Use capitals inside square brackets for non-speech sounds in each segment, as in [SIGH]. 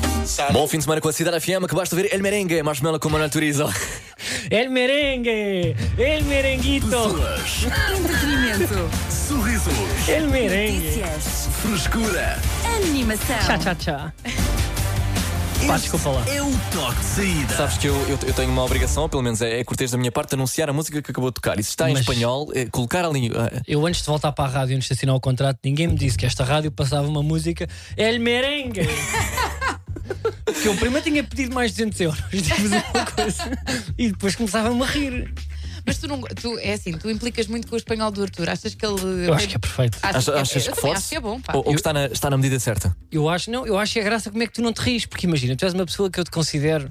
pensar. Bom fim de semana com a Cidade FM, que basta ver El Merengue, Marshmallow com Manuel Turizo. El merengue, el merenguito, Pessoas, Entretenimento. sorrisos, el merengue. Notícias. frescura. Animação. Tchá, tchá, tchá. Pá, Esse desculpa lá. É o toque de saída. [LAUGHS] Sabes que eu, eu, eu tenho uma obrigação, pelo menos é, é cortês da minha parte, de anunciar a música que acabou de tocar. E se está em Mas- espanhol, é, colocar ali. ah, Eu, antes de voltar para a rádio, antes de assinar o contrato, ninguém me disse que esta rádio passava uma música El [LAUGHS] Merengue. que eu primeiro tinha pedido mais de 200 euros, digo-vos uma coisa, e depois começava-me a rir. Mas tu não. Tu, é assim, tu implicas muito com o espanhol do Arthur. Achas que ele. Eu acho que é perfeito. Achas, achas eu que também force? acho que é bom, pá. ou ou que está na, está na medida certa? Eu acho, não, eu acho que é graça como é que tu não te ris, porque imagina, tu és uma pessoa que eu te considero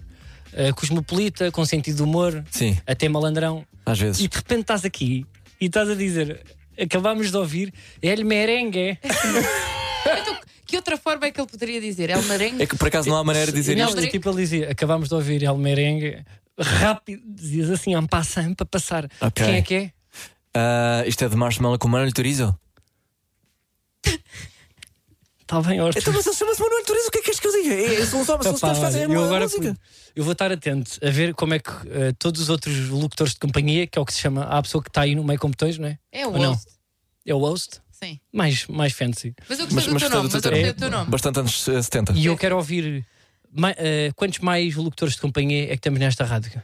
eh, cosmopolita, com sentido de humor, Sim, até malandrão, às e vezes. de repente estás aqui e estás a dizer. Acabámos de ouvir El Merengue. É Então, que outra forma é que ele poderia dizer? É o merengue? É que por acaso não há maneira de dizer não, isto. isto. tipo, ele dizia: Acabámos de ouvir El Merengue. Rápido, dizias assim, en passant, para passar. Ok. Quem é que é? Ah, isto é de Marshmallow com Manuel Turizo? Está Tá bem, Horta. Então, mas ele chama-se Manuel Turizo, o que é que és que eu diga? são os homens, Epá, olha, eu agora fui- eu vou estar atento a ver como é que eh, todos os outros locutores de companhia, que é o que se chama, há a pessoa que está aí no meio com botões, não é? É o Ou não? host. É o host, Sim. mais, mais fancy. Mas eu Mas, gostei mas do teu nome. Mas gostei eu gostei do do teu nome. Bastante anos eh, 70. E eu quero ouvir ma- eh, quantos mais locutores de companhia é que temos nesta rádio?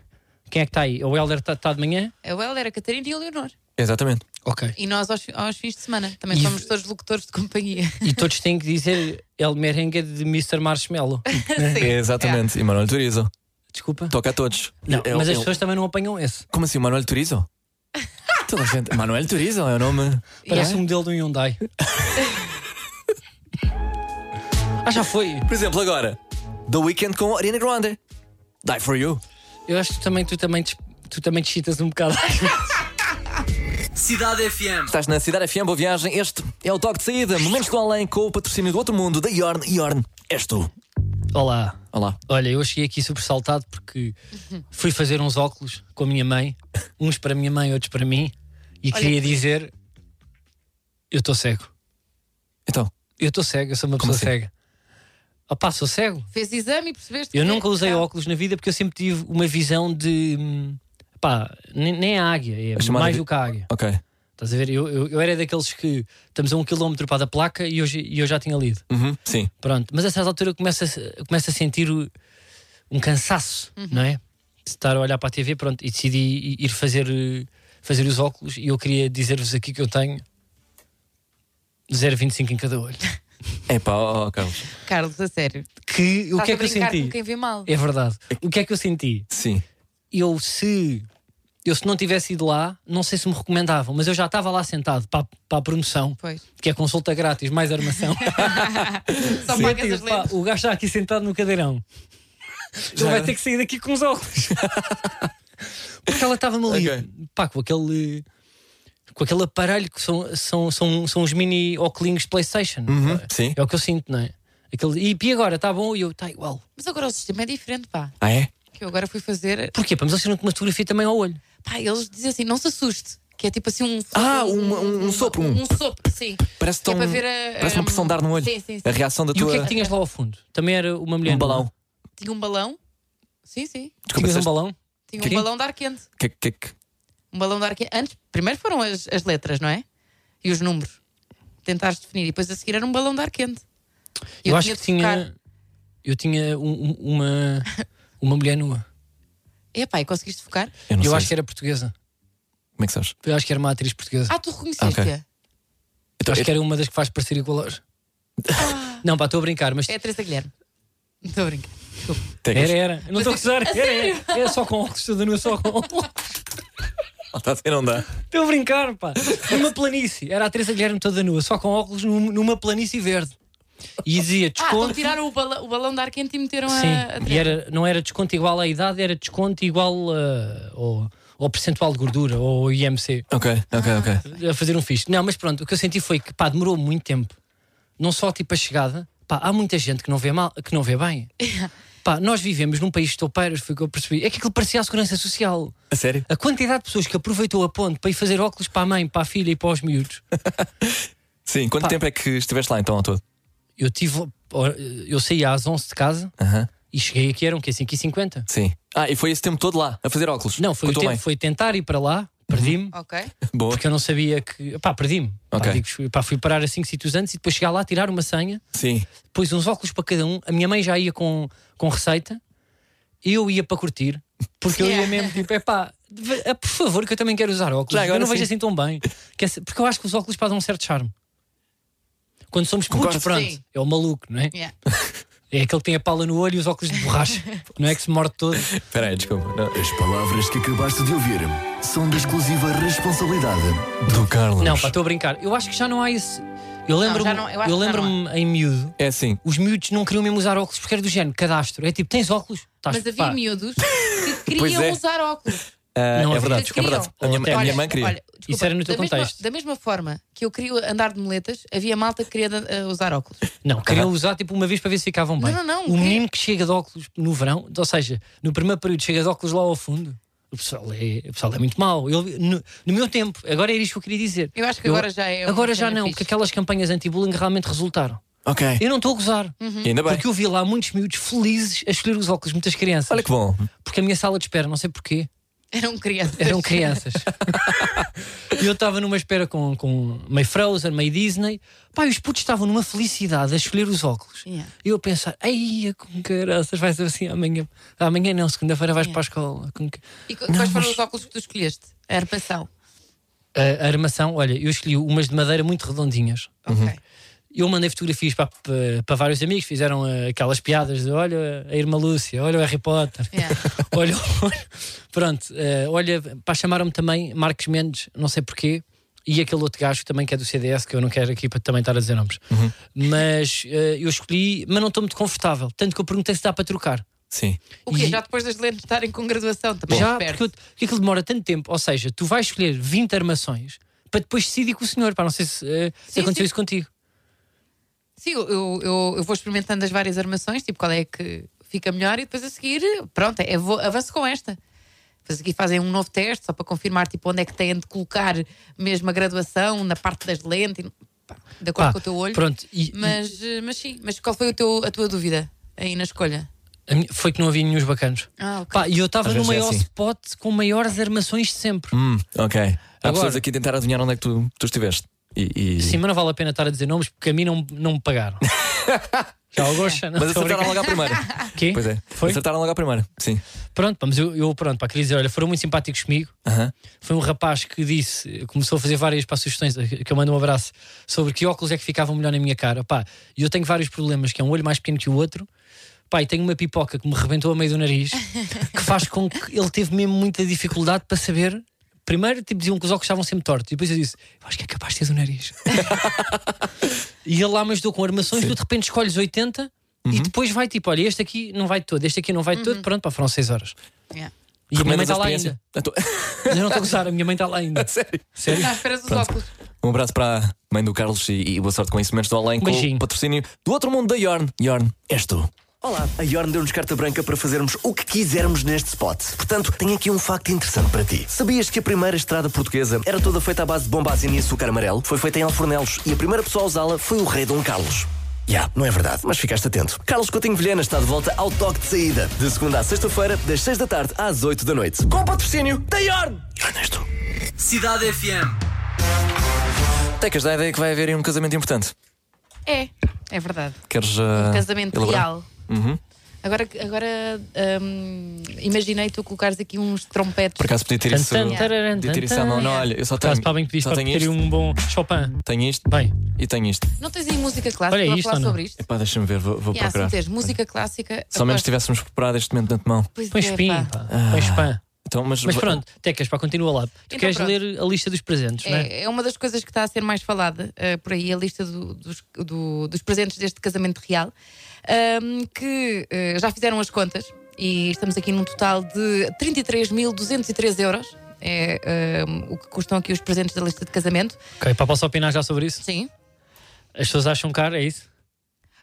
Quem é que está aí? O Helder está de manhã? É o Helder, a Catarina e a Leonor. Exatamente. Ok. E nós aos, aos fins de semana. Também E- somos todos locutores de companhia. E todos têm que dizer El Merengue de Mr. Marshmallow. Sim. É. Exatamente. E Manuel Turizo. Desculpa. Então, Toca a todos. Não, É- mas é- as pessoas também não apanham esse. Como assim, Manuel Turizo? Toda a gente. Manuel Turizo é o nome. Parece Yeah. um modelo de um [LAUGHS] Hyundai. ah, já foi. Por exemplo, agora, The Weekend com Ariana Grande. Die for You. Eu acho que tu também, tu também, te- tu também te excitas um [LAUGHS] bocado. Cidade FM. Estás na Cidade FM, boa viagem. Este é o toque de saída. Momentos do além com o patrocínio do outro mundo, da Yorn. Yorn, és tu. Olá. Olá. Olha, eu cheguei aqui sobressaltado porque fui fazer uns óculos com a minha mãe, uns para a minha mãe, outros para mim, e Olha queria que- dizer: Eu estou cego. Então, Eu estou cego, eu sou uma Como pessoa assim? cega. Opá, sou cego. Fez exame e percebeste Eu que- nunca usei Ah, óculos na vida porque eu sempre tive uma visão de. hum, Pá, nem, nem a águia, é chamada mais vi- do que a águia. ok. Estás a ver? Eu, eu, eu era daqueles que estamos a um quilómetro para da placa e hoje e eu já tinha lido. Uhum, Sim. Pronto, mas a certa altura eu começo a, eu começo a sentir o- um cansaço, Uhum. não é? De estar a olhar para a TV, pronto, e decidi i- ir fazer, eh, fazer os óculos e eu queria dizer-vos aqui que eu tenho 0,25 em cada [LAUGHS] olho. É pá, ó, ó, Carlos. Carlos, a sério. Que, o Estás que é a que eu brincar com senti? quem vê mal. É verdade. O que é que eu senti? Sim. Eu se eu se não tivesse ido lá, não sei se me recomendavam, mas eu já estava lá sentado para, a- para a promoção, Pois. que é consulta grátis, [LAUGHS] mais armação. Só Sim. pagas as Tipo, pá, lentes. o gajo está aqui sentado no cadeirão. Ele vai ter que sair daqui com [LAUGHS] os óculos. Porque ela estava-me ali, Ok. pá, com aquele. Com aquele aparelho que são, são, são, são os mini óculos de PlayStation. Uhum, Sim. É o que eu sinto, não é? Aquele, e, e agora, está bom? E eu, está igual. Mas agora o sistema é diferente, pá. Ah, é? Que eu agora fui fazer. Porquê? Para eles tiram uma fotografia também ao olho. Pá, eles dizem assim: não se assuste. Que é tipo assim um. Ah, um- um- um sopro, um- Um sopro, sim. Parece Que tão. é para ver a- Parece uma pressão de ar no olho. Sim, sim, sim. A reação da E tua. o que é que tinhas lá ao fundo? Também era uma mulher. Um balão. não? Tinha um balão. Sim, sim. Desculpa, Tinhas um disseste- balão? Tinha Sim. um balão de ar quente. que- que- que- Um balão de ar quente. Antes, primeiro foram as, as letras, não é? E os números. Tentaste definir. E depois a seguir era um balão de ar quente. E Eu, acho que de tocar. tinha. Eu tinha um- um- uma, uma mulher nua. Epá, e conseguiste focar? Eu não eu sei. acho que era portuguesa. Como é que sabes? Eu acho que era uma atriz portuguesa. Ah, tu reconheceste. Ok. Então, Acho eu- que era uma das que faz parecer igualor. não, pá, estou a brincar, mas É a Teresa Guilherme. Estou a brincar. Ah, Tecas. era, era. Eu Não estou é- a gozar, era, era. Era só com óculos, tudo não é só com óculos. Ah, tá a dizer, [LAUGHS] não dá. Estou a brincar, pá. Numa planície. Era a Teresa Guilherme toda nua, só com óculos, num- numa planície verde. E dizia Ah, desconto. então tiraram o, bala- o balão de ar quente e meteram a- a. Sim, e Teresa. era, não era desconto igual à idade, era desconto igual a, ao, ao percentual de gordura, ou ao IMC. Ok, ok, ok. a fazer um fixe. Não, mas pronto, o que eu senti foi que pá, demorou muito tempo. Não só tipo a chegada, pá, há muita gente que não vê mal, que não vê bem. Pá, nós vivemos num país de toupeiras, foi o que eu percebi. É que aquilo parecia a segurança social. A sério? A quantidade de pessoas que aproveitou a ponte para ir fazer óculos para a mãe, para a filha e para os miúdos. Sim. Quanto Pá. tempo é que estiveste lá então ao todo? Eu tive. Eu saí às 11 de casa Aham. e cheguei aqui, eram o quê? 5h50? Sim. Ah, e foi esse tempo todo lá, a fazer óculos. Não, foi, o Contou tempo, foi tentar ir para lá, perdi-me, Ok. Boa. porque eu não sabia que. Pá, perdi-me. Ok. Pá, digo, fui- pá, fui parar a 5 sítios antes e depois chegar lá, tirar uma senha, Sim. pus uns óculos para cada um. A minha mãe já ia com, com receita, eu ia para curtir, porque eu ia Yeah. mesmo tipo, é pá. Por favor, que eu também quero usar óculos. Já agora eu não vejo sim. assim tão bem. Que é se- Porque eu acho que os óculos fazem um certo charme. Quando somos putos, Concordo. pronto. Sim. É o maluco, não é? Yeah. É aquele que tem a pala no olho e os óculos de [LAUGHS] borracha. não é que se morde todo. Espera aí, desculpa. Não. As palavras que acabaste de ouvir são da exclusiva responsabilidade Do Carlos. Não, pá, estou a brincar. Eu acho que já não há esse. Eu lembro-me já não- eu acho eu que já lembro-me em miúdo. É assim. Os miúdos não queriam mesmo usar óculos porque era do género cadastro. É tipo, tens óculos? Estás- Mas havia pá, miúdos que [LAUGHS] Pois queriam é. usar óculos. Ah, Não, é verdade, Eles é queriam. verdade. A minha, a Olha, minha mãe queria. olha, desculpa, Isso era no teu da mesma- contexto. da mesma forma que eu queria andar de moletas, havia malta que queria eh, usar óculos. Não, queriam usar tipo uma vez para ver se ficavam bem. Não, não, não, O quê? menino que chega de óculos no verão, ou seja, no primeiro período chega de óculos lá ao fundo. O pessoal é, o pessoal é muito mau. Eu- no, no meu tempo, agora era isto que eu queria dizer. Eu acho que agora já é uma Agora já cena não, fixe. porque aquelas campanhas anti-bullying realmente resultaram. Ok. Eu não estou a gozar. Uhum. E Ainda bem. Porque eu vi lá muitos miúdos felizes a escolher os óculos, muitas crianças. Olha que bom. Porque a minha sala de espera, não sei porquê, [LAUGHS] Eram crianças. eram crianças. e eu estava numa espera com, com meio Frozen, meio Disney. Pá, e os putos estavam numa felicidade a escolher os óculos. Yeah. E eu a pensar, ai, é com caraças, vai ser assim amanhã. Amanhã não, segunda-feira vais Yeah. para a escola. Com que- E qu- Não, quais foram mas- os óculos que tu escolheste? A armação. A, a armação, olha, eu escolhi umas de madeira muito redondinhas. Uhum. Ok. Eu mandei fotografias para, para, para vários amigos, fizeram eh, aquelas piadas de olha a irmã Lúcia, olha o Harry [LAUGHS] Potter. Yeah. [LAUGHS] olha, olha- pronto, eh, olha, pá, chamaram-me também Marcos Mendes, não sei porquê, e aquele outro gajo também que é do CDS, que eu não quero aqui para também estar a dizer nomes. Mas eh, eu escolhi, mas não estou muito confortável. Tanto que eu perguntei se dá para trocar. Sim. O quê? E- Já depois das lentes estarem com graduação também. Já, esperto. porque, eu, porque aquilo demora tanto tempo. Ou seja, tu vais escolher 20 armações para depois decidir com o senhor. Para não sei se, eh, se Sim, aconteceu sim. isso contigo. Sim, eu, eu, eu- eu vou experimentando as várias armações, tipo qual é que fica melhor, e depois a seguir, pronto, é, vou- avanço com esta. Depois aqui fazem um novo teste, só para confirmar tipo, onde é que têm de colocar mesmo a graduação, na parte das lentes, e- pá, de acordo Pá, com o teu olho. Ah, Pronto, e, Mas, eh, mas sim, mas qual foi o teu- a tua dúvida aí na escolha? e a minha- foi que não havia nenhum bacanos. Ah, ok. Pá, e eu Às estava no vezes é maior assim. spot com maiores armações de sempre. Hum, ok. Há Agora- pessoas aqui a tentar adivinhar onde é que tu, tu estiveste. E, e- Sim, mas não vale a pena estar a dizer nomes porque a mim não, não [LAUGHS] me pagaram. Já o gosto, não Mas estou acertaram a brincar. logo à primeira. Quê? Pois é. Foi? Acertaram logo à primeira. Sim. Pronto, vamos, eu, eu pronto, pá, queria dizer, olha, foram muito simpáticos comigo. Aham. Foi um rapaz que disse, começou a fazer várias pá, sugestões, eh, que eu mando um abraço, sobre que óculos é que ficavam melhor na minha cara. Pá, e eu tenho vários problemas, que é um olho mais pequeno que o outro. Pá, e tenho uma pipoca que me rebentou a meio do nariz, que faz com que ele teve mesmo muita dificuldade para saber. Primeiro, tipo, diziam que os óculos estavam sempre tortos, e depois eu disse, eu acho que é capaz de ter do nariz. e ele lá me ajudou com armações, tu de repente escolhes 80 e depois vai tipo, olha, este aqui não vai todo, este aqui não vai todo, pronto, pá, foram 6 horas. Yeah. E a minha mãe Recomendas está a lá experiência? Então, ainda. A tua- Eu não estou a gozar, a minha mãe está [LAUGHS] lá ainda. Sério. Sério? Não, Ah, esperas os óculos. [LAUGHS] Um abraço para a mãe do Carlos e, e boa sorte com isso. Menos do além com o Beijinho. patrocínio do outro mundo da Yorn. Yorn, és tu. Olá, a Yorn deu-nos carta branca para fazermos o que quisermos neste spot. Portanto, tenho aqui um facto interessante para ti. Sabias que a primeira estrada portuguesa era toda feita à base de bombazina e açúcar amarelo? Foi feita em Alfornelos e a primeira pessoa a usá-la foi o rei Dom Carlos. Já, não é verdade, mas ficaste atento. Carlos Coutinho Vilhena está de volta ao toque de saída, de segunda à sexta-feira, das seis da tarde às oito da noite. Com o patrocínio da Yorn! Yorn és tu. Cidade FM. Tecas, dá a ideia que vai haver aí um casamento importante. É, é verdade. Queres. ah, Casamento elaborar? real. Uhum. Agora, agora hum, imaginei tu colocares aqui uns trompetes. Por acaso podia ter isso. Podia ter isso à mão. Não, olha, eu só tenho. Caso para bem que pediste só para tenho ter isto, um bom Chopin. tenho isto Bem, e tenho isto. Não tens aí música clássica Olha, para isto falar ou não? sobre isto? Epá, deixa-me ver, vou, vou Yeah, se procurar. tens música clássica. Só menos aposto- tivéssemos preparado este momento de antemão. Pois põe é, pá. espinho, tá, pá. põe Chopin. Então, mas, Mas pronto, Tecas, pá, continua lá. Tu Então queres pronto. ler a lista dos né? presentes, não é? É, é uma das coisas que está a ser mais falada eh, por aí, a lista do- dos, do- dos presentes deste casamento real, ahm, que eh, já fizeram as contas e estamos aqui num total de 33.203 euros. É ahm, o que custam aqui os presentes da lista de casamento. Ok, pá, posso opinar já sobre isso? Sim. As pessoas acham caro, é isso?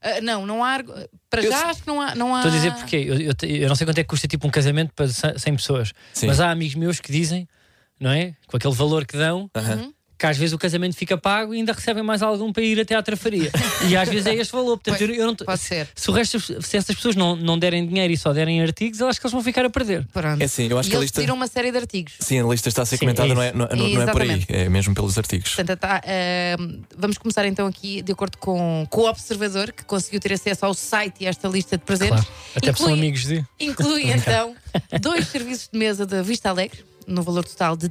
Ah, não, não há. argu- Para já acho que não há. Não há... Estou a dizer porque eu, eu, te- eu não sei quanto é que custa tipo um casamento para 100 pessoas, Sim. Uhum. mas há amigos meus que dizem, não é? Com aquele valor que dão, que às vezes o casamento fica pago e ainda recebem mais algum para ir até à [LAUGHS] trafaria. e às vezes é este valor. Portanto, Pois, eu, eu não tô- pode ser. Se, o resto, se essas pessoas não, não derem dinheiro e só derem artigos, eu acho que eles vão ficar a perder. Pronto. É assim, eu acho e que a eles lista- pediram uma série de artigos. Sim, a lista está a ser Sim, comentada, é não, é, isso. não, não- não é por aí, Exatamente. é mesmo pelos artigos. Portanto, tá, ehm, vamos começar então aqui de acordo com, com o observador que conseguiu ter acesso ao site e a esta lista de presentes. Até porque são amigos de. Inclui então dois serviços de mesa da Vista Alegre, no valor total de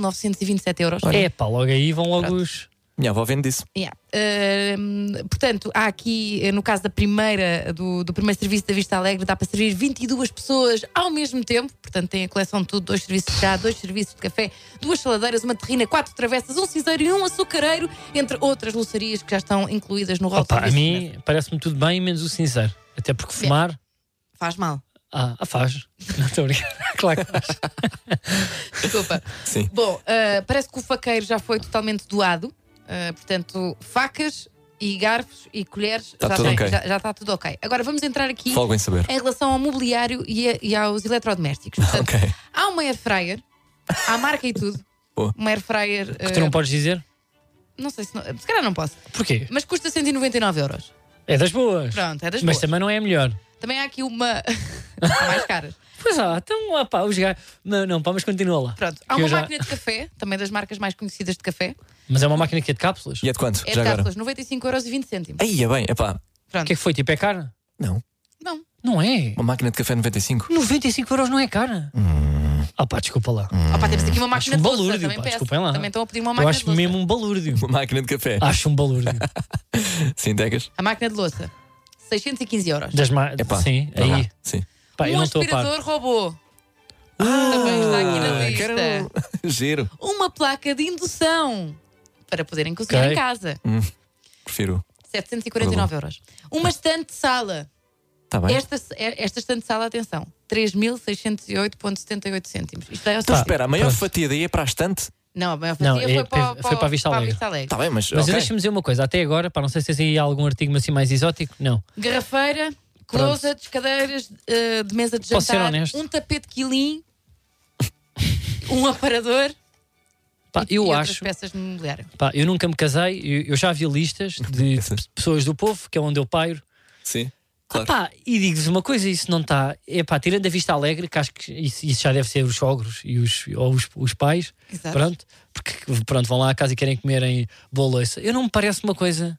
13.927 euros. É pá, logo aí vão logo os. Minha avó vende isso. Yeah. Ehm, portanto, há aqui, eh, no caso da primeira, do, do primeiro serviço da Vista Alegre, dá para servir 22 pessoas ao mesmo tempo. Portanto, tem a coleção de tudo: dois serviços de chá, dois serviços de café, duas saladeiras, uma terrina, quatro travessas, um cinzeiro e um açucareiro, entre outras louçarias que já estão incluídas no rol de Opa, a serviços de mim parece-me tudo bem, menos o sincero. Até porque fumar. mesa. Faz mal. Ah, ah, [LAUGHS] faz. Não estou a brincar. Claro que faz. Desculpa. [LAUGHS] Sim. Bom, ah, parece que o faqueiro já foi totalmente doado. Ah, portanto, facas e garfos e colheres Tá já, tudo tem- ok. já- já está tudo ok. Agora vamos entrar aqui Folgo em saber. em relação ao mobiliário e, a- e [LAUGHS] aos eletrodomésticos. Portanto, Ok. Há uma air fryer, há marca e tudo. Boa. Uma air fryer. Que ah, tu não podes dizer? não sei se. Não, se calhar não posso. Porquê? Mas custa 199 euros. É das boas. Pronto, é das Mas boas. também não é a melhor. Também há [LAUGHS] aqui uma. [LAUGHS] há mais caras. Pois ah, então, ah, pá, os gajos. Não, não, pá, mas continua lá. Pronto, há Que uma eu já- máquina de café, também das marcas mais conhecidas de café. Mas é uma máquina que é de cápsulas? E é de quanto? É Já de agora? cápsulas, 95,20€. Aí é bem, é pá. O que é que foi? Tipo, é cara? Não, Não, Não é. Hum. uma máquina de café 95. 95 euros não é cara. Ah pá, desculpa lá. Opa, temos aqui Hum. uma Acho máquina um de louça, balúrdio, também pá, peço. desculpem lá. Também estão a pedir uma Eu máquina de acho louça. mesmo um balúrdio. [LAUGHS] Uma máquina de café. Acho um balúrdio. Sim, Degas? A máquina de louça, 615 euros. Das ma... Epá. Sim, Não aí. dá. Sim. Pá, eu um não estou a par. Ah, aspirador robô. também está aqui na Ah, lista. quero- [LAUGHS] Giro. Uma placa de indução para poderem cozinhar Ok. em casa. Prefiro. 749 euros. Uma estante de sala. Tá Está bem. Esta, esta estante de sala, atenção, 3.608,78 cêntimos. Isto é o Então seguinte. espera, a maior pronto. fatia daí é para a estante? Não, a maior Tá. Não, fatia é- foi, para, foi para a Vista Alegre. Tá. Alegre. Está bem, mas. Mas ok. deixa-me dizer uma coisa, até agora, pá, não sei se tens aí algum artigo assim mais exótico. Não. Garrafeira, Pronto. closets, cadeiras eh, de mesa de Posso ser jantar, honesto? um tapete quilim, um aparador Pá, [LAUGHS] e eu outras acho. peças de mobiliário. Pá, eu nunca me casei, eu, eu já vi listas de [LAUGHS] pessoas do povo, que é onde eu pairo. Sim. Ah, pá, e digo-vos uma coisa, isso não está. É pá, tirando a vista alegre, que acho que isso, isso já deve ser os sogros e os, ou os, os pais. Exato. Pronto, porque pronto, vão lá à casa e querem comerem boa louça. Eu não me parece uma coisa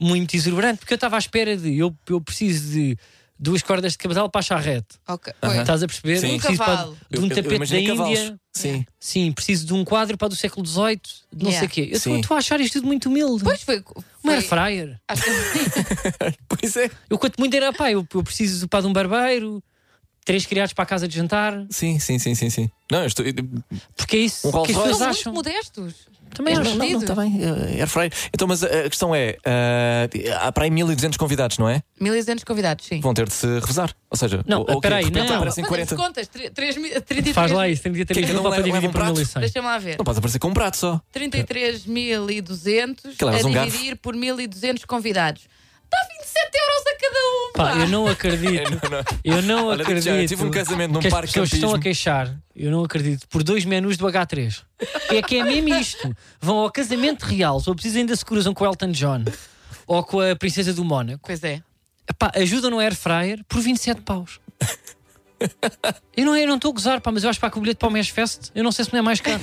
muito exuberante, porque eu estava à espera de. Eu, eu preciso de duas cordas de cabedal para a charrete. Ok. Aham. Oi. Estás a perceber? Sim. Um Preciso para- cavalo. de Eu- um eu tapete da imaginei cavalos. Índia. Sim. Sim, preciso de um quadro para do século XVIII, de não sei o Yeah. quê. Eu estou Sim. estou a achar isto tudo muito humilde. Pois foi. Uma foi- air fryer. acho que- Pois é. Eu quanto muito era, pá, eu, eu preciso pá, de um barbeiro, três criados para a casa de jantar. Sim, sim, sim, sim, sim. Não, eu estou. Porque é isso Um que Rolls as Royce. pessoas São muito acham. modestos. Também Este acho. não- Não, está bem. eh, Air fryer. Então, mas a a questão é: eh, há para aí 1200 convidados, não é? 1.200 convidados, sim. Vão ter de se revezar. Ou seja, Não, ou, ou que espera aí, de repente não. aparecem 40. Não contas? 33 Faz lá isso, tem que ter Quem não tempo para leva- leva dividir um por prato? 1.100. Deixa-me lá ver. podes aparecer com um prato só. 33.200 Que levas a um garfo? dividir por 1.200 convidados. Dá 27 euros a cada um. Pá, pá. eu não acredito. [LAUGHS] não. Eu não [LAUGHS] Olha, digo-te acredito. já, eu tive um casamento num que as parque de pessoas estão a campismo. queixar, eu não acredito, por dois menus do H3. É que é mesmo isto. Vão ao casamento real, só precisam ainda se cruzam com o Elton John ou com a Princesa do Mónaco. Pois é. Epá, ajuda no air fryer por 27 paus. eu não eu não estou a gozar, pá, mas eu acho pá, que o bilhete para o Mesh Fest, eu não sei se não é mais caro.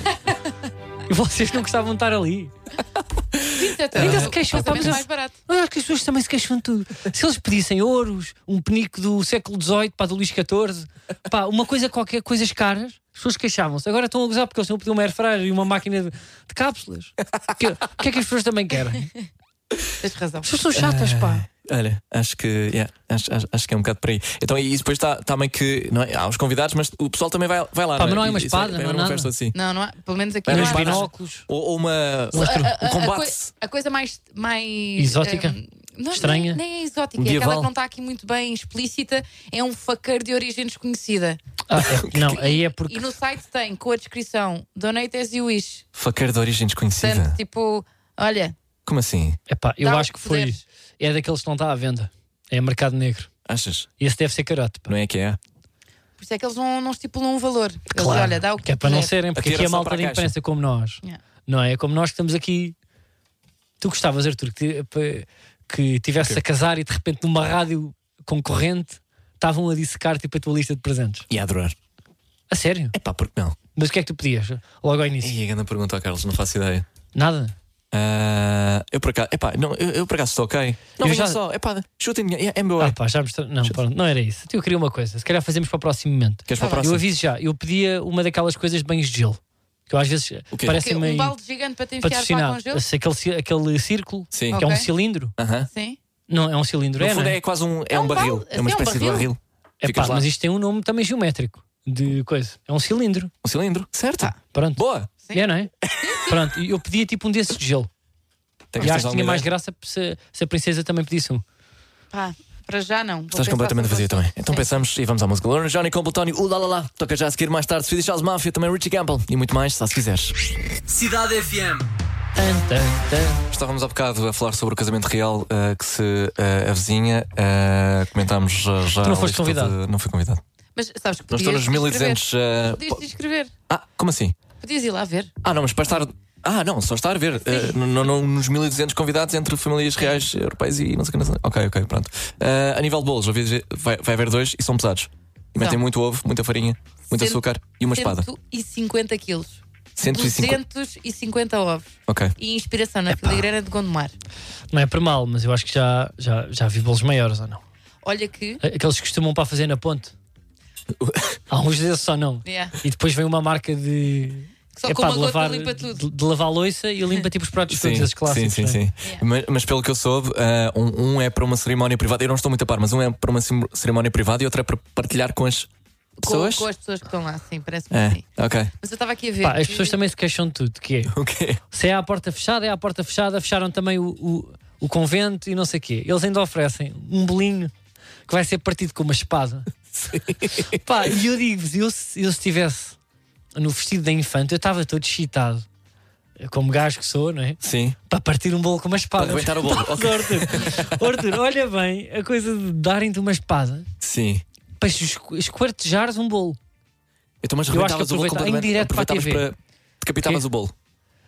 E vocês não gostavam de estar ali. Ainda 27 euros. É se queixam, O pá, casamento mas- mais barato. Eu acho Ah, que as pessoas também se queixam de tudo. Se eles pedissem ouros, um penico do século XVIII, pá, do Luís XIV, pá, uma coisa qualquer, coisas caras, as pessoas queixavam-se. Agora estão a gozar porque eles um não pediam uma air fryer e uma máquina de, de cápsulas. O que, o que é que as pessoas também querem? Tens razão. As pessoas são chatas, pá. Olha, acho que, yeah, acho, acho- acho que é um bocado por aí. Então, e depois está tá meio que. Não é? Há os convidados, mas o pessoal também vai, vai lá. Pá, mas não há uma Isso espada, é, não uma há nada. festa assim. Não, não há. Pelo menos aqui Vai não Uns nos há. bananas. binóculos. Ou, ou uma. A- um a- a combate. coi- A, coisa mais. mais Exótica? eh, não, Estranha? Nem, nem é exótica. É Medieval? aquela que não está aqui muito bem explícita. É um faqueiro de origem desconhecida. Ah, [LAUGHS] é, não, aí é E porque. no site tem, com a descrição, Donate as you wish. Faqueiro de origem desconhecida. Portanto, tipo, olha, Como assim? Epá, eu dá o acho que que foi. puderes. É daqueles que não está à venda. É mercado negro. Achas? Esse deve ser carote. pá. Não é que é? por isso é que eles não, não estipulam um valor. Eles, olha, dá o que que é para não puder. serem, porque Atira aqui a só malta para a da caixa. imprensa, é como nós, Yeah. não é? Como nós que estamos aqui. Tu gostavas, Arthur, que, ti- que tivesse a casar e de repente numa rádio concorrente estavam a dissecar tipo a tua lista de presentes. Ia adorar. A sério? Epá, porque não? Mas o que é que tu pedias? Logo ao início. E a grande pergunta ao Carlos, não faço ideia. Nada? Ah, eu por acaso, epá, não, eu, eu por acaso estou ok. Não, Eu veja já- só, epá, chutem dinheiro, é, é meu. Ah, pá, já me estou- Não, pronto, não era isso. Então Eu queria uma coisa. Se calhar fazemos para o próximo momento. Queres para é o Eu próximo? aviso já. Eu pedia uma daquelas coisas de banhos de gelo. Que eu às vezes quê? Porque parece um assim meio balde gigante para te enfiar para patrocinado. Assim. o gelo? Esse- Aquele, ci- aquele círculo Sim. que é um Ok. cilindro. Aham. Sim. Não, é um cilindro, No é, não fundo é? é quase um, é É um, um barril, balde, é uma é um espécie de barril. barril. É Ficas pá, lá, mas isto tem um nome também geométrico de coisa. É um cilindro. um cilindro, certo? Pronto. Boa! É, não é? Pronto, e eu pedia tipo um desses de gelo. Tens- e tens acho que alguma tinha mais ideia? graça se, se a princesa também pedisse um. Pá, para já não. Vou Estás pensar completamente sobre vazio isso. também. Então pensamos e vamos à música. Lauren Johnny com Plutónio, o lá lá lá. Toca já a seguir mais tarde. Swedish House Mafia, também Richie Campbell e muito mais, se lá se quiseres. Cidade FM. Tan, tan, tan. Estávamos há bocado a falar sobre o casamento real eh, que se eh, avizinha. eh, comentámos já. já Tu não a foste lista de- convidado. Não fui convidado. Mas sabes que Não podias estou nos escrever. 1200. eh, Podias po- te inscrever. Ah, como assim? Podias ir lá ver. Ah, não, mas para estar. Ah, não, só estar a ver. Eh, n- não, não, nos 1200 convidados entre famílias reais europeias e não sei o que. não sei- Ok, ok, pronto. Eh, a nível de bolos, ouvi dizer- vai, vai haver dois e são pesados. E metem São. muito ovo, muita farinha, muito Cento- açúcar e uma espada. 150 quilos. 150. 250 ovos. Ok. E inspiração na filigrana de Gondomar. Não é para mal, mas eu acho que já, já, já vi bolos maiores ou não? Olha que. Aqueles que costumam para fazer na [LAUGHS] ponte. Há uns desses só não. Yeah. E depois vem uma marca de. Que só é com pá, uma de gota lavar, limpa tudo. De, de lavar a louça e limpa tipo os pratos todos, esses sim, clássicos. sim, né? sim. Mas, mas pelo que eu soube, ah, um, um é para uma cerimónia privada. Eu não estou muito a par, mas um é para uma cim- cerimónia privada e outro é para partilhar com as Com, pessoas. com as pessoas que estão lá, sim, parece-me É, assim. ok. Mas eu estava aqui a ver. Pá, as que- pessoas também se queixam de tudo, que é. O quê? Se é à porta fechada, é à porta fechada, fecharam também o, o, o convento e não sei o quê. Eles ainda oferecem um bolinho que vai ser partido com [LAUGHS] uma espada. Pá, e eu digo-vos, eu, se- eu se estivesse no vestido da infanta, eu estava todo excitado. Eu, Como gajo que sou, não é? Sim. Para partir um bolo com uma espada. Para arrebentar o bolo. [LAUGHS] Mas, Ok. Arthur, Arthur, olha bem a coisa de darem-te uma espada Sim. para esqu- esquartejares um bolo. Então, mas Eu acho que arrebentavas o bolo aproveitar- em completamente. direto para a Aproveitavas TV. Decapitavas Quê? o bolo.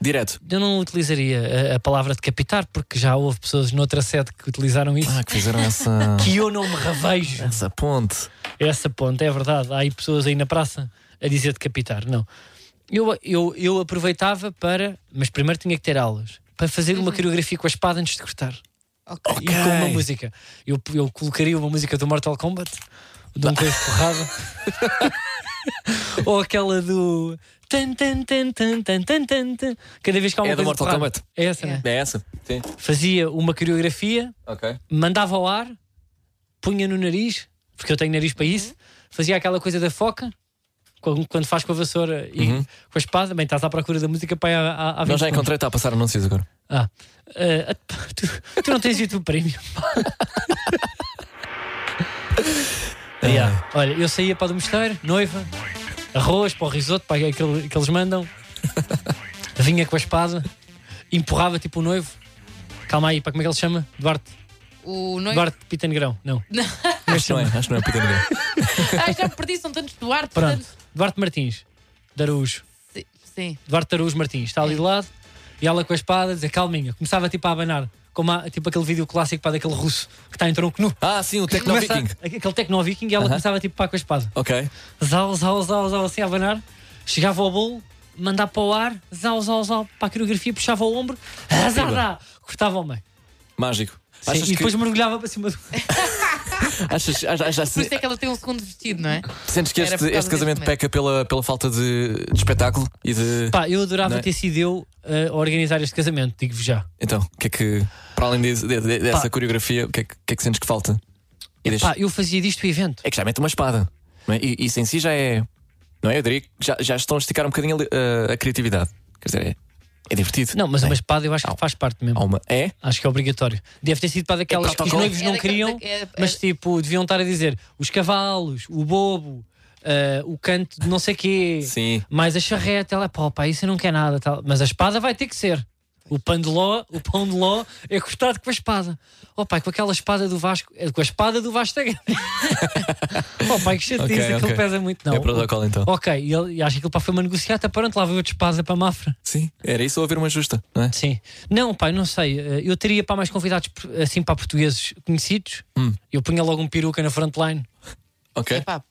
Direto. Eu não utilizaria a, a palavra decapitar, porque já houve pessoas noutra sede que utilizaram isso. Ah, que fizeram [LAUGHS] essa. que eu não me revejo. essa ponte. Essa ponta, é verdade. Há aí pessoas aí na praça a dizer decapitar. Não. Eu, eu, eu aproveitava para. Mas primeiro tinha que ter aulas. Para fazer uma coreografia com a espada antes de cortar. Ok. E com uma música. Eu, eu colocaria uma música do Mortal Kombat, de um coisa [LAUGHS] porrada. Ou aquela do. Tan, tan, tan, tan, tan, tan, tan, tan. Cada vez que há uma É do coisa de Mortal porrada. Kombat. É essa, né? É essa? Sim. Fazia uma coreografia Ok. mandava ao ar, punha no nariz, porque eu tenho nariz para isso, fazia aquela coisa da foca, com- quando faz com a vassoura e com a espada, bem, estás à procura da música para a, a, a Não, já encontrei, está a passar anúncios agora. Ah, ah, pá, tu, tu não tens YouTube Premium. yeah. Olha, eu saía para o mosteiro, noiva, arroz para o risoto, para aquele que eles mandam, vinha com a espada, empurrava tipo o noivo. Calma aí, para como é que ele se chama? Duarte. O noivo. Duarte Pitanegrão, não. Acho que não é, acho que não é para [LAUGHS] ninguém. Ah, já me perdi, são tantos Duarte. Pronto, tantos- Duarte Martins, de Araújo. Sim, Sim. Duarte de Araújo Martins, está ali de lado, e ela com a espada, a dizer calminha. Começava tipo a abanar, como há, tipo aquele vídeo clássico para daquele russo que está em tronco nu. Ah, sim, o Tecno Começa Viking. a- Aquele tecno viking e ela Aham. começava tipo pá com a espada. Ok. Zau, zau, zau, zau, assim a abanar. Chegava ao bolo, mandava para o ar, zau, zau, zau, para a coreografia, puxava o ombro, azada, cortava ao meio. Mágico. Sim, e depois mergulhava para cima do. achas, achas, achas, Por isso é que ela tem um segundo vestido, não é? Sentes que Era este, por causa este casamento deste peca pela, pela falta de, de espetáculo e de. Pá, eu adorava Não é? ter sido eu eh, a organizar este casamento, digo-vos já. Então, o que é que. Para além disso, de- de- dessa Pá. coreografia, o que é que, o que é que sentes que falta? E deixa- É Pá, eu fazia disto o evento. É que já mete uma espada. não é? E isso em si já é. Não é? Eu diria que já, já estão a esticar um bocadinho ali, eh, a criatividade. Quer dizer, é, é divertido. Não, mas é uma espada eu acho Não. que faz parte mesmo. Há uma- É? Acho que é obrigatório. Deve ter sido para daquelas É que os protocolo. noivos É não daquela- queriam, da- é- é- mas tipo, deviam estar a dizer os cavalos, o bobo, ah, o canto de não sei quê, Sim. mais a charreta. Ela, pá, pá, isso eu não quer nada. Tal. Mas a espada vai ter que ser. O pão de ló, o pão de ló é cortado com a espada. Oh pai, com aquela espada do Vasco, é com a espada do Vasco da Gama. [LAUGHS] oh pai, que chatice, Ok, aquilo ok. pesa muito não. Oh. É protocolo então. Ok, e ele e acha que aquilo pá, foi uma negociata, pronto, lá veio outra espada para a Mafra. Sim, era isso ou haver uma justa, não é? Sim. Não, pai, não sei. Eh, Eu teria para mais convidados assim para portugueses conhecidos. Eu punha logo um peruca na frontline. Ok. Epá,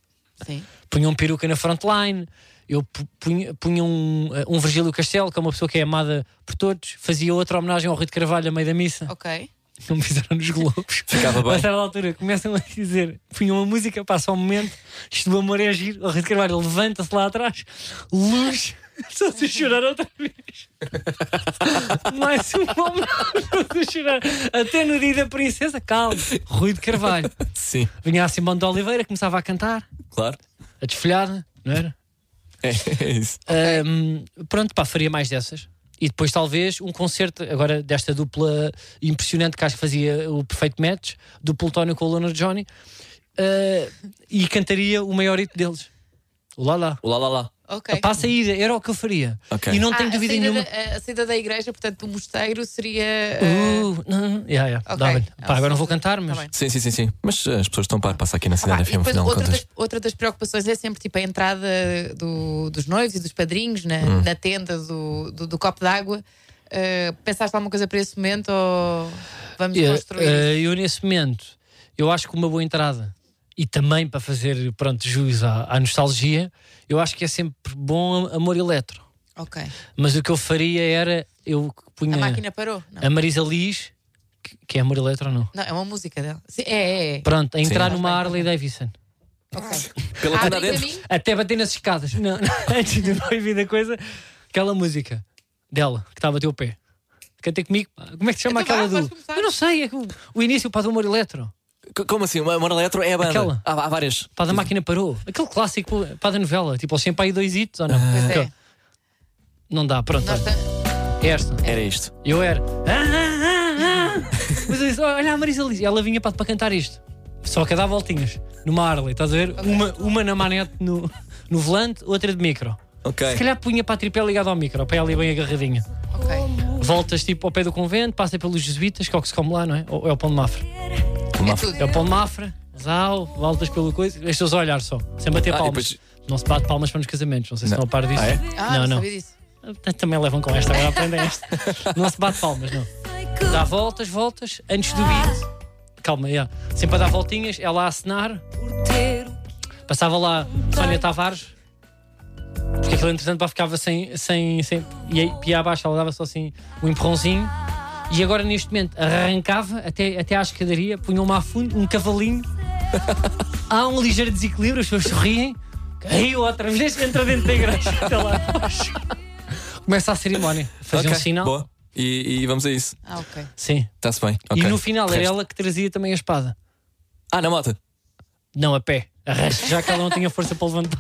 é sim. Punha um peruca na frontline. Eu pu- punha, punha um, eh, um Virgílio Castelo, que é uma pessoa que é amada por todos. Fazia outra homenagem ao Rui de Carvalho a meio da missa. Ok. Não me fizeram nos Globos. Ficava [LAUGHS] bem. A certa altura começam a dizer, punham uma música, passa um momento, isto do amor é agir, o Rui de Carvalho levanta-se lá atrás, luz, [LAUGHS] só se chorar outra vez. [LAUGHS] Mais um homem, só se chorar. Até no dia da princesa, calma, Rui de Carvalho. Sim, Vinha a Simão de Oliveira, começava a cantar, claro. a desfolhada, não era? É, [LAUGHS] é isso. Ahm, pronto, pá, faria mais dessas. E depois, talvez, um concerto agora desta dupla impressionante que acho que fazia o perfeito match do Plutónio com o Leonard Johnny ah, e cantaria o maior hit deles. O lá lá. O lá lá lá. Ok. Para a saída, era o que eu faria. Ok. E não Ah, tenho a dúvida saída nenhuma. da- a- a saída da igreja, portanto, do mosteiro seria. eh, Uh, não, não, yeah, yeah, Ok. dá-lhe. Pá, Ah, agora sim, não vou sim. cantar, mas. Tá bem. Sim, sim, sim, sim. Mas eh, as pessoas estão par para passar aqui na Pá, cidade e FM, depois afinal de outra contas. das, outra das preocupações é sempre tipo a entrada do- dos noivos e dos padrinhos na, Hum. na tenda do, do, do copo d'água. Eh, pensaste alguma coisa para esse momento ou vamos Eu, construir? eh, eu nesse momento, eu acho que uma boa entrada e também para fazer pronto juízo à, à nostalgia, eu acho que é sempre bom amor eletro. ok. Mas o que eu faria era eu punha A máquina parou? Não. a Marisa Liz, que, que é amor eletro ou não? Não, é uma música dela. Sim, é, é, é. Pronto, a entrar Sim. numa Harley Davidson. Ok. Pela tenda Abre adentro. Ah, caminho? Até bater nas escadas. [LAUGHS] Não, não, antes de não ouvir da coisa, aquela música dela que estava a teu pé. Cantei comigo. Como é que se chama Então vá, aquela do. vais começar. Eu não sei, é que o, o início para do amor eletro. C- Como assim? Uma Mora Eletro é a banda. Aquela. Há, há várias. Pá, da máquina parou. Aquele clássico pá, da novela. Tipo, eles sempre há aí dois hitos ou não? Pois é. Aquele- Não dá, pronto. Nós olha, é tam- Esta. Era isto. Eu era. "Ah, ah, ah, [LAUGHS] ah." Mas eu disse, olha a Marisa Liz. E Ela vinha para, para cantar isto. Só que a dar voltinhas. Numa Harley, estás a ver? Uma, uma na manete no, no volante, outra de micro. Ok. Se calhar punha para a tripé ligado ao micro, para ela ir bem agarradinha. Ok. Voltas tipo ao pé do convento, passa pelos jesuítas, que é o que se come lá, não é? Ou é o pão de mafra? Uma- É tudo. É o pão de mafra, zau, voltas pelo coisa. Estes os olhar só, sem bater Ah, e palmas. Não se bate palmas para nos casamentos, não sei se Não. estão a par disso. Ah, é? Ah, não, não, não. sabia disso. Também levam com esta, agora aprendem esta. não se bate palmas, não. Dá voltas, voltas, antes do beat. Calma, yeah. sempre a dar voltinhas, ela a acenar. Passava lá Sónia Tavares. Porque aquilo, entretanto, pá, ficava sem. sem, sem e aí, pia abaixo, ela dava só assim um empurrãozinho. E agora, neste momento, arrancava até, até à escadaria, punha uma a fundo, [LAUGHS] um cavalinho. Há um ligeiro desequilíbrio, as pessoas sorriem. Caiu outra vez, entra dentro da igreja. [LAUGHS] Até lá. abaixo. Começa a cerimónia. Fazia Ok, um sinal. Boa. E, e vamos a isso. Ah, ok. Sim. Está-se bem. Ok. E no final era Resto. ela que trazia também a espada. Ah, na moto. Não, a pé. Arraste, já que ela não tinha força para levantar.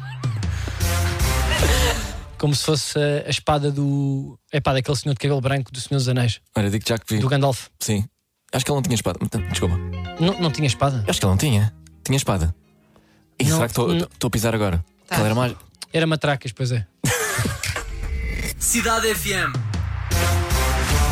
Como se fosse uh, a espada do. É pá, daquele senhor de cabelo branco do Senhor dos Anéis, Olha, digo já que vi. do Gandalf. Sim. Acho que ele não tinha espada. tá, Desculpa. Não, não tinha espada? Acho que ele não tinha. Tinha espada. E Não, hum. será que não. estou a pisar agora? Tá. Ela era mais. Era matracas, pois é. Cidade FM.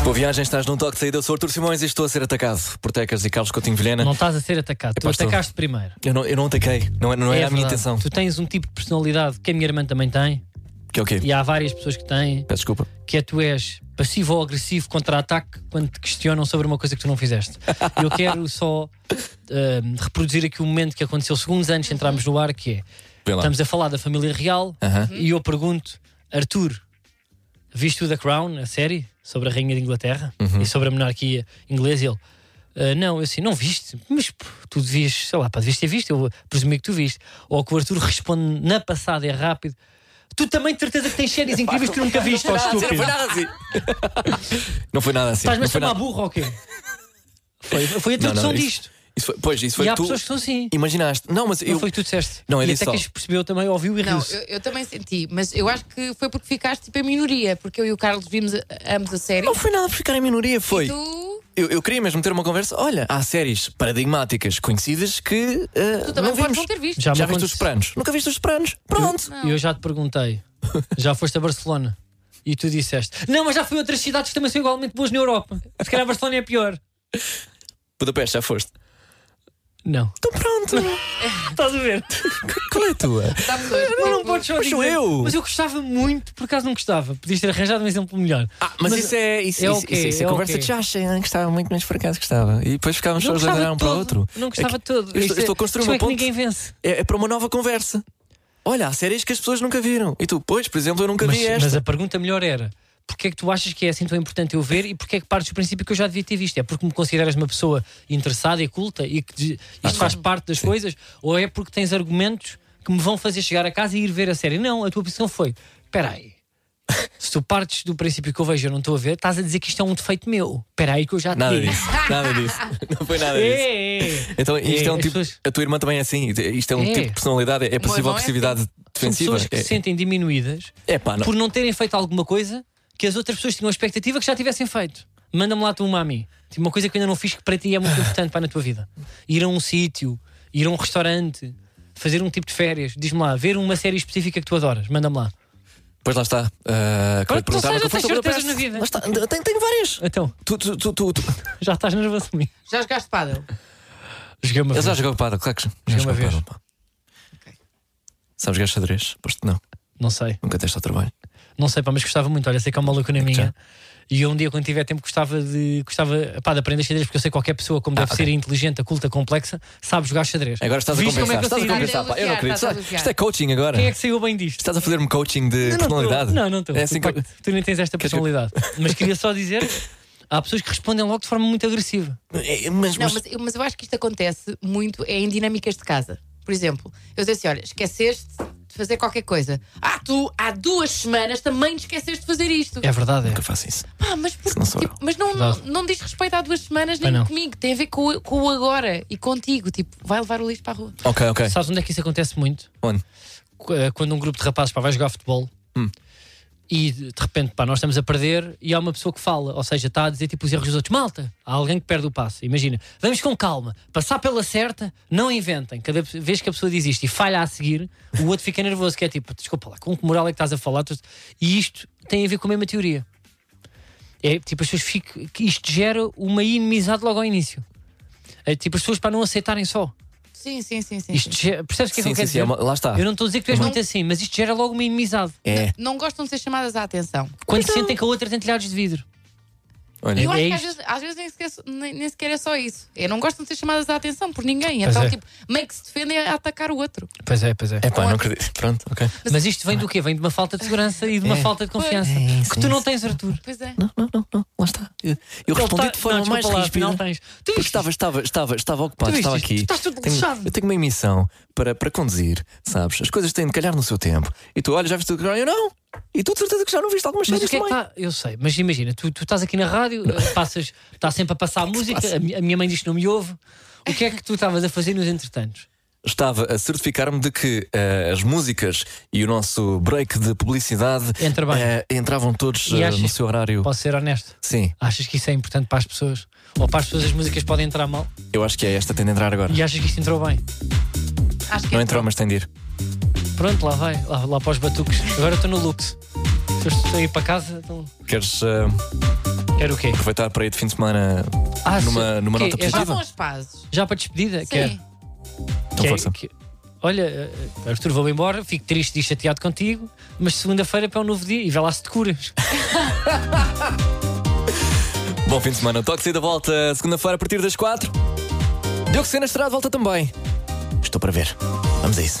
Boa viagem, estás num toque de saída. Eu sou Artur Simões e estou a ser atacado por Tecas e Carlos Coutinho Vilhena. Não estás a ser atacado. tu pá, estou- atacaste primeiro. Eu não, eu não ataquei. Não, é- não era a minha verdade. intenção. Tu tens um tipo de personalidade que a minha irmã também tem, Que é o quê? e há várias pessoas que têm, Peço desculpa. que é tu és passivo ou agressivo contra-ataque quando te questionam sobre uma coisa que tu não fizeste. Eu quero só ahm, reproduzir aqui o momento que aconteceu segundos antes de entrarmos no ar, que é Vê lá. estamos a falar da família real Aham. e eu pergunto, Arthur, viste o The Crown, a série sobre a Rainha de Inglaterra Uhum. e sobre a monarquia inglesa? E Ele, "Ah, não, eu assim, não viste, mas pô, tu devias, sei lá, pá, devias ter visto, eu presumi que tu viste. Ou que o Arthur responde na passada, é rápido. Tu também de certeza que [LAUGHS] tens séries incríveis que tu nunca viste, ó Não estúpido. foi nada assim. [LAUGHS] não foi nada assim. Estás-me a Não foi chamar nada- burro ou quê? Foi, foi a Não, tradução não, isso- disto. isso foi- pois, isso e foi há tu. pessoas que são assim. Imaginaste. Não, mas Não eu. foi o que tu disseste. Não, eu e disse até que só. isto percebeu também, ouviu e Não, riu-se. eu, eu também senti, mas eu acho que foi porque ficaste tipo em minoria, porque eu e o Carlos vimos a- ambos a série. Não foi nada por ficar em minoria. Foi. Tu, Eu, eu queria mesmo ter uma conversa. Olha, há séries paradigmáticas conhecidas que. eh, tu também não podes vimos. não ter visto. Já- Já me viste aconteceu. os Sopranos? Nunca viste os Sopranos? Pronto. E eu já te perguntei, já foste a Barcelona? E tu disseste: Não, mas já fui a outras cidades que também são igualmente boas na Europa. Se calhar Barcelona é pior. Budapeste, já foste. Não. Então pronto. [LAUGHS] Estás a ver? [LAUGHS] Qual é a tua? Há pessoas [LAUGHS] Não, não muito- podes só Mas sou dizer, eu. Mas eu gostava muito, por acaso não gostava. Podias ter arranjado um exemplo melhor. Ah, mas, Mas isso é, isso, é isso, o quê? isso- isso é, É o conversa quê? de já achei que gostava muito, mas por acaso gostava. E depois ficávamos só não a gostava olhar um para o todo. outro. Não É gostava que- todo. Eu Isto estou, é- eu estou a construir um isto uma é que ponte. ninguém vence. É, é para uma nova conversa. Olha, há séries que as pessoas nunca viram. E tu, pois, por exemplo, eu nunca Mas, vi esta. mas a pergunta melhor era: porquê é que tu achas que é assim tão importante eu ver e porquê é que partes do princípio que eu já devia ter visto? É porque me consideras uma pessoa interessada e culta e que de- Ah, isto faz parte das coisas? Ou é porque tens argumentos que me vão fazer chegar a casa e ir ver a série? Não, a tua opção foi: espera aí. Se tu partes do princípio que eu vejo e eu não estou a ver, estás a dizer que isto é um defeito meu. Espera aí que eu já te Nada digo. disso. Nada [LAUGHS] disso. Não foi nada disso. É, é. Então, isto é, É, um as tipo. pessoas- A tua irmã também é assim. Isto é um É. tipo de personalidade. É possível irmão é agressividade assim. São defensiva. pessoas que É- se sentem diminuídas É pá, não. por não terem feito alguma coisa que as outras pessoas tinham a expectativa que já tivessem feito. Manda-me lá tu uma a mim. Tipo, uma coisa que eu ainda não fiz que para ti [LAUGHS] é muito importante para na tua vida. Ir a um sítio, ir a um restaurante, fazer um tipo de férias. Diz-me lá, ver uma série específica que tu adoras. Manda-me lá. Pois lá está. Uh, Claro claro, que tu perguntava seja, que eu fosse tens a Budapeste. certezas na vida. Lá está. Tenho, tenho várias. Então, Tu, tu, tu, tu, tu. já estás nervoso comigo. Já jogaste pádel? Joguei uma Ele vez. já jogou paddle, claro que já Joguei jogou uma vez. paddle, pá. Sabes jogar xadrez? Posto que não. Não sei, Nunca tens ao trabalho. não sei, pá, mas gostava muito. Olha, sei que é uma loucura minha. Já. E eu um dia, quando tiver tempo, gostava de, gostava, pá, de aprender xadrez, porque eu sei que qualquer pessoa, como deve ser inteligente, culta, complexa, sabe jogar xadrez. Ah, Agora estás a Viste compensar. como é que eu estás a saí compensar, daqui? pá. Eu não acredito. Estás a Isto é coaching agora. Quem é que saiu bem disto? Estás a fazer-me coaching de Eu não tô- personalidade? Não, não estou. É assim que... eu- Tu nem tens esta Queres que- personalidade. Mas queria só dizer: há pessoas que respondem logo de forma muito agressiva. É, mas, Não, mas- mas, eu- mas eu acho que isto acontece muito é em dinâmicas de casa. Por exemplo, eu disse assim: olha, esqueceste de fazer qualquer coisa. Ah, tu há duas semanas também te esqueceste de fazer isto. É verdade, é. Nunca faço isso. Pá, mas por- Isso não sou tipo, mas não, não, Verdade. não diz respeito há duas semanas Pois nem não. comigo. Tem a ver com, o- com o agora e contigo. Tipo, vai levar o lixo para a rua. Ok, ok. Sabes onde é que isso acontece muito? Onde? Qu- eh, Quando um grupo de rapazes pá, vai jogar futebol Hum. e de repente pá, nós estamos a perder e há uma pessoa que fala, ou seja, está a dizer tipo os erros dos outros. Malta, há alguém que perde o passo. Imagina, vamos com calma, passar pela certa, não inventem. Cada pe- vez que a pessoa diz isto e falha a seguir, o outro fica nervoso, que é tipo, desculpa lá, com que moral é que estás a falar? Tu- E isto tem a ver com a mesma teoria. É tipo, as pessoas ficam. que Isto gera uma inimizade logo ao início. É, tipo, as pessoas para não aceitarem só. Sim, sim, sim, sim. Isto ge- percebes o que é Uhum. que Sim, sim, eu quero sim. dizer? é uma- Lá está. Eu não estou a dizer que tu és Uhum. Uma- muito assim, mas isto gera logo uma inimizade. É. Não gostam de ser chamadas à atenção. Quando sentem que a outra tem telhados de vidro. Olha. E Eu É acho que às isto. vezes, às vezes nem, sequer, nem, nem sequer é só isso. Eu não gostam de ser chamadas à atenção por ninguém. Pois então, é. tipo, meio que se defendem a atacar o outro. Pois é, pois é. É pá, não acredito. Pronto, ok. Mas isto vem do quê? Vem de uma falta de segurança e de uma É. falta de confiança. É, é isso, que tu é não isso. tens, Arthur. Pois é. Não, não, não, não. Lá está. Eu, eu Ele respondi tá- de forma não, mais desculpa lá, ríspida. afinal tens. Tu Porque viste estava, estava, estava, estava ocupado, Tu viste estava isto? aqui. Tu estás todo Tenho- lixado. eu tenho uma emissão para, para conduzir, sabes? As coisas têm de calhar no seu tempo. E tu, olha, já viste o que eu não? E tu de certeza que já não viste algumas Mas séries o que é que também. está. Eu sei, mas imagina, tu, tu estás aqui na rádio, eh, passas, está sempre a passar a é música, a, mi- a minha mãe diz que não me ouve. O que é que tu estavas a fazer nos entretantos? Estava a certificar-me de que eh, as músicas e o nosso break de publicidade Entra bem. eh, entravam todos E eh, achas- no seu horário. Posso ser honesto? Sim, Achas que isso é importante para as pessoas? Ou para as pessoas as músicas podem entrar mal? eu acho que é esta tem de entrar agora. E achas que isto entrou bem? Acho que Não é entrou, mas tem de ir. Pronto, lá vai, lá, lá para os batuques. Agora estou no Lux. Se eu estou a ir para casa, então. Queres eh, Quero o quê? aproveitar para ir de fim de semana Ah, numa, se- numa quê? nota É já- positiva? Façam as pazes. Já para É despedida? Quero. Sim. Então Quero- força. que- é Olha, eh, Arthur, vou embora, fico triste e chateado contigo, mas segunda-feira é para um novo dia e vai lá se te curas. Bom fim de semana. Toque de saída volta segunda-feira a partir das 4. Diogo Sena Estrada volta também. Estou para ver. Vamos a isso.